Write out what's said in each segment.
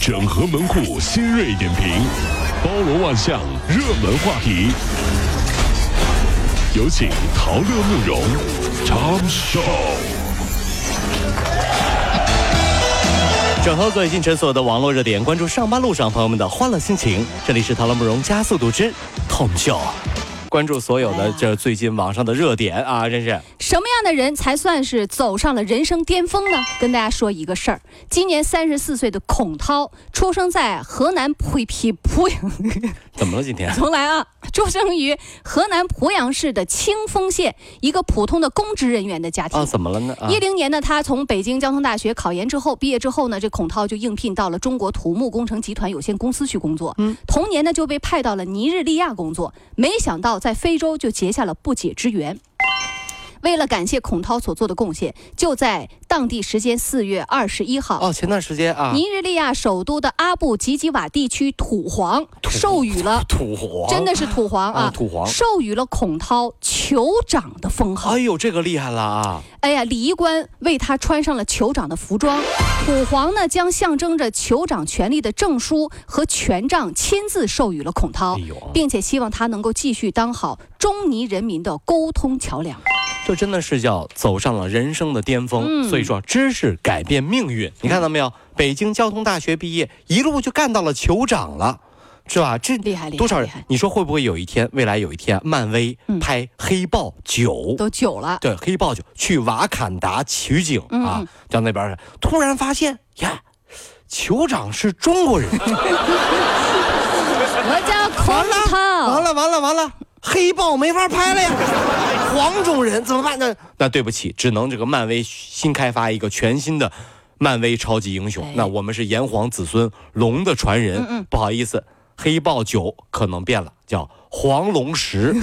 整合门户新锐点评，包罗万象，热门话题。有请陶乐慕容长寿。整合最近诊所的网络热点，关注上班路上朋友们的欢乐心情。这里是《唐乐慕容加速度之痛秀》，关注所有哎的呀这最近网上的热点啊，真是什么样的人才算是走上了人生巅峰呢？跟大家说一个事儿，今年三十四岁的孔涛，出生在河南濮皮濮阳，？怎么了今天重来啊， 出生于河南濮阳市的清丰县一个普通的公职人员的家庭啊，。怎么了呢？啊一，零年呢，他从北京交通大学考研之后，毕业之后呢，这孔涛就应聘到了中国土木工程集团有限公司去工作。嗯同年呢，就被派到了尼日利亚工作，没想到在非洲就结下了不解之缘。为了感谢孔涛所做的贡献，就在当地时间四月二十一号。哦，前段时间啊，尼日利亚首都的阿布吉吉瓦地区土皇授予了， 土皇，真的是土皇啊，啊土皇授予了孔涛酋长的封号哎。呦，这个厉害了啊！哎呀，礼仪官为他穿上了酋长的服装，土皇呢将象征着酋长权力的证书和权杖亲自授予了孔涛哎，呦啊，并且希望他能够继续当好中尼人民的沟通桥梁。这真的是叫走上了人生的巅峰。嗯所以说，知识改变命运，你看到没有？北京交通大学毕业，一路就干到了酋长了，是吧？这厉害厉害多少人厉害？你说会不会有一天，未来有一天，漫威嗯拍《黑豹九》都久了，对，黑豹九去瓦坎达取景嗯啊嗯，到那边儿突然发现，呀，酋长是中国人，我叫孔完了，完涛，了，完了，完了，黑豹没法拍了 呀，黄种人怎么办呢？那对不起，只能这个漫威新开发一个全新的漫威超级英雄。哎那我们是炎黄子孙龙的传人，嗯嗯不好意思，黑豹九可能变了，叫黄龙 石，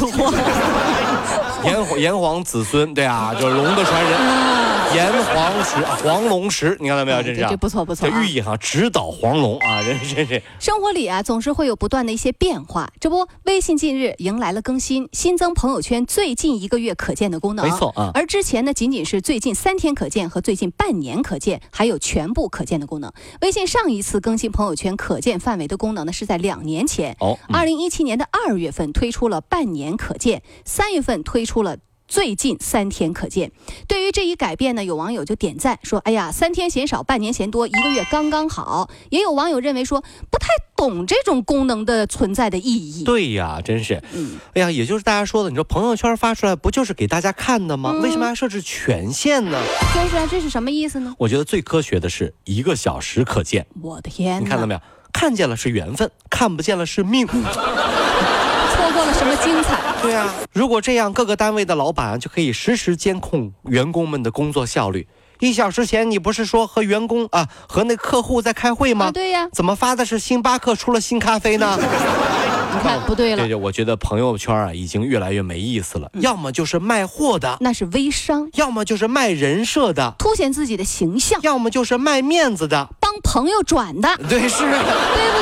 炎黄炎黄子孙，对 啊，就是龙的传人。炎黄石，啊黄龙石，你看到没有？哎啊这是这啊这不错不错这啊寓意哈，指导黄龙啊，这这这。生活里啊，总是会有不断的一些变化。这不，微信近日迎来了更新，新增朋友圈最近一个月可见的功能。没错啊而之前呢，仅仅是最近三天可见和最近半年可见，还有全部可见的功能。微信上一次更新朋友圈可见范围的功能呢，是在两年前，哦，嗯二零一七年的二月份推出了半年可见，三月份推出了。最近三天可见，对于这一改变呢，有网友就点赞说：“哎呀，三天嫌少，半年嫌多，一个月刚刚好。”也有网友认为说不太懂这种功能的存在的意义。对呀，真是，嗯哎呀，也就是大家说的，你说朋友圈发出来不就是给大家看的吗？嗯为什么要设置权限呢？说出来这是什么意思呢？我觉得最科学的是一个小时可见，我的天你看到哪！嗯没有？看见了是缘分，看不见了是命。错过了什么精彩？对啊，如果这样，各个单位的老板啊就可以实时监控员工们的工作效率。一小时前，你不是说和员工啊和那客户在开会吗？啊，对呀，怎么发的是星巴克出了新咖啡 呢？你看不对了对，对，我觉得朋友圈啊已经越来越没意思嗯了，要么就是卖货的，那是微商，要么就是卖人设的，凸显自己的形象，要么就是卖面子的，帮朋友转的，对，是，对啊不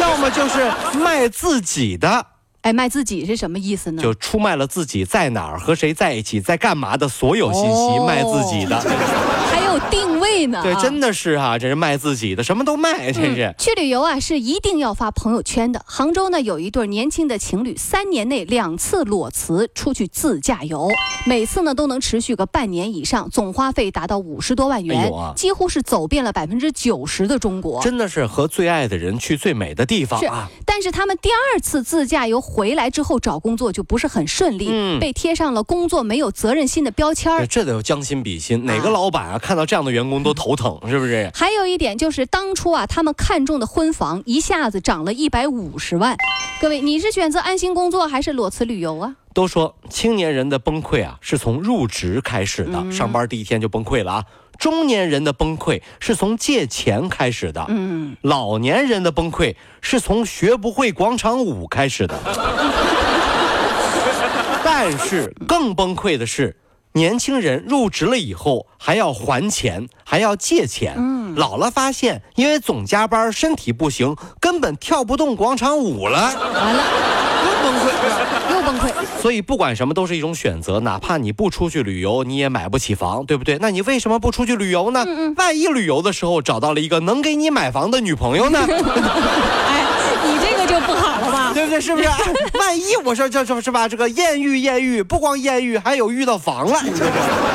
要么就是卖自己的，哎，卖自己是什么意思呢？就出卖了自己在哪儿、和谁在一起、在干嘛的所有信息，哦卖自己的，还有定位呢啊。对，真的是哈、这是卖自己的，什么都卖，真是。去旅游啊，是一定要发朋友圈的。杭州呢，有一对年轻的情侣，三年内两次裸辞出去自驾游，每次呢都能持续个半年以上，总花费达到五十多万哎元，呦啊几乎是走遍了百分之九十的中国。真的是和最爱的人去最美的地方是啊！但是他们第二次自驾游回来之后找工作就不是很顺利，嗯被贴上了工作没有责任心的标签儿对。这得有将心比心，哪个啊老板啊看到这样的员工都头疼，是不是？还有一点就是，当初啊，他们看中的婚房一下子涨了一百五十万。各位，你是选择安心工作还是裸辞旅游啊？都说青年人的崩溃啊，是从入职开始的，上班第一天就崩溃了啊。中年人的崩溃是从借钱开始的，嗯，老年人的崩溃是从学不会广场舞开始的。但是更崩溃的是，年轻人入职了以后还要还钱，还要借钱。老了发现，因为总加班，身体不行，根本跳不动广场舞了， 完了。更崩溃。又崩溃。所以不管什么都是一种选择，哪怕你不出去旅游，你也买不起房，对不对？那你为什么不出去旅游呢？万一旅游的时候找到了一个能给你买房的女朋友 呢？哎，你这个就不好了吧？对不对？是不是？哎万一我说这这是吧？这个艳遇，艳遇不光艳遇，还有遇到房了，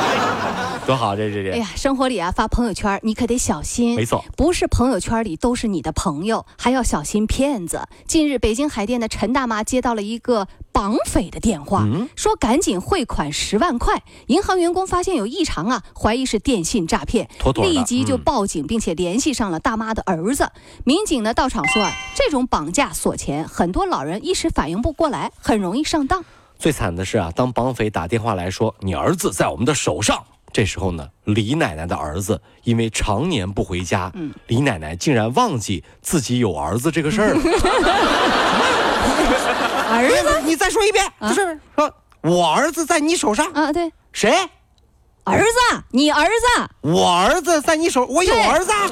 多好！这这哎这，呀，生活里啊发朋友圈，你可得小心。没错，不是朋友圈里都是你的朋友，还要小心骗子。近日，北京海淀的陈大妈接到了一个绑匪的电话，嗯说赶紧汇款十万块。银行员工发现有异常啊，怀疑是电信诈骗，妥妥的立即就嗯报警，并且联系上了大妈的儿子。民警呢到场说啊，这种绑架索钱，很多老人一时反应不过来，很容易上当。最惨的是啊，当绑匪打电话来说你儿子在我们的手上，这时候呢，李奶奶的儿子因为常年不回家，李奶奶竟然忘记自己有儿子这个事儿了。儿哎不是你再说一遍，就是说我儿子在你手上，啊，对，谁？儿子，你儿子，我儿子在你手，我有对儿子啊。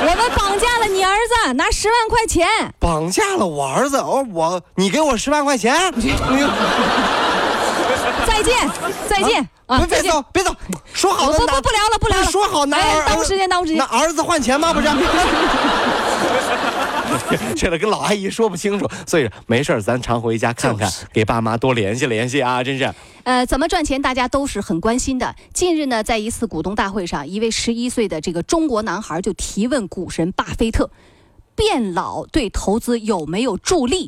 我们绑架了你儿子，拿十万块钱。绑架了我儿子，哦，我你给我十万块钱，再见，再见别啊再别见！走别走，说好不的不拿不不聊了，不聊了。是说好拿哎儿呃耽误时间，耽误时那间。儿子换钱吗？ 不是，这个跟老阿姨说不清楚，所以没事儿咱常回家看看，给爸妈多联系联系啊，真是呃，怎么赚钱，大家都是很关心的。近日呢，在一次股东大会上，一位十一岁的这个中国男孩就提问股神巴菲特，变老对投资有没有助力？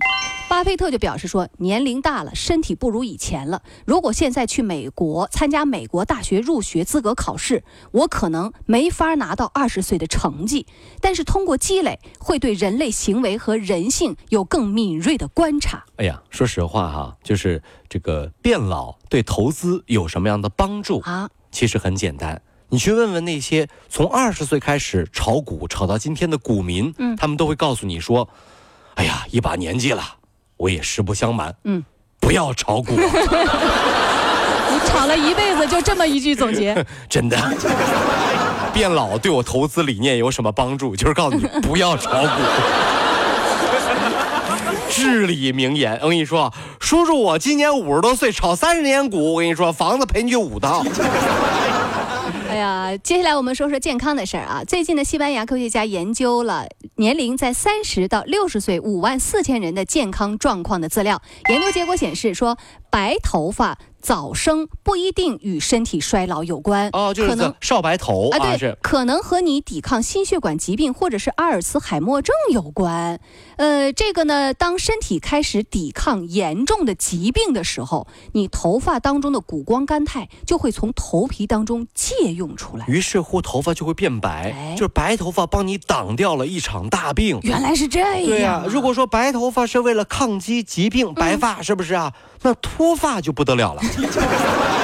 巴菲特就表示说，年龄大了，身体不如以前了。如果现在去美国参加美国大学入学资格考试，我可能没法拿到二十岁的成绩，但是通过积累，会对人类行为和人性有更敏锐的观察。哎呀，说实话哈、就是这个变老对投资有什么样的帮助？啊，其实很简单，你去问问那些从二十岁开始炒股炒到今天的股民，嗯他们都会告诉你说：“哎呀，一把年纪了，我也实不相瞒，嗯，不要炒股，啊你 吵了一辈子，就这么一句总结。 真的。” 变老对我投资理念有什么帮助？就是告诉 你不要炒股。至理名言，我跟你说，叔叔，我今年五十多岁，炒三十年股，我跟你说，房子赔你就五套。 哎呀，接下来我们说说健康的事儿啊。最近的西班牙科学家研究了年龄在三十到六十岁五万四千人的健康状况的资料，研究结果显示说，白头发早生不一定与身体衰老有关，哦，就可能是少白头啊，啊，对是，可能和你抵抗心血管疾病或者是阿尔茨海默症有关。呃，这个呢，当身体开始抵抗严重的疾病的时候，你头发当中的谷胱甘肽就会从头皮当中借用出来。于是乎头发就会变白，哎就是白头发帮你挡掉了一场大病。原来是这样、啊对呀、如果说白头发是为了抗击疾病，白嗯发是不是啊？那脱发就不得 了了，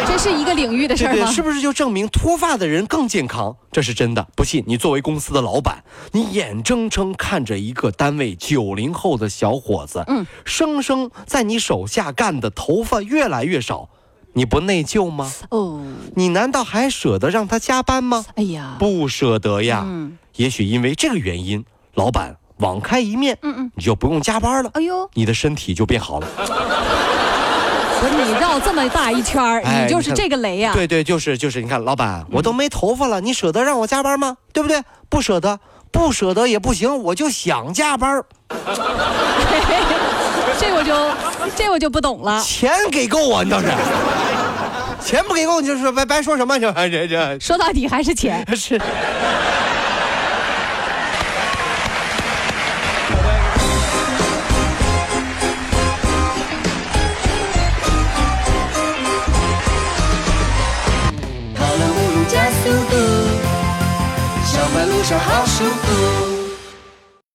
这是一个领域的事儿对不对？吗？是不是就证明脱发的人更健康？这是真的，不信你作为公司的老板，你眼睁睁看着一个单位九零后的小伙子，嗯，生生在你手下干的头发越来越少，你不内疚吗？哦，你难道还舍得让他加班吗？哎呀，不舍得呀。嗯也许因为这个原因，老板网开一面，嗯嗯，你就不用加班了，哎呦，你的身体就变好了。不是你绕这么大一圈儿，哎你就是你看这个雷啊呀、对对，就是就是，你看，老板，我都没头发了，你舍得让我加班吗？对不对？不舍得，不舍得也不行，我就想加班，这我就这我就不懂了。钱给够啊，你倒是，钱不给够，你就是白白说什么， 这这这说到底还是钱。这 是。跑了五路加速度，上班路上好舒服。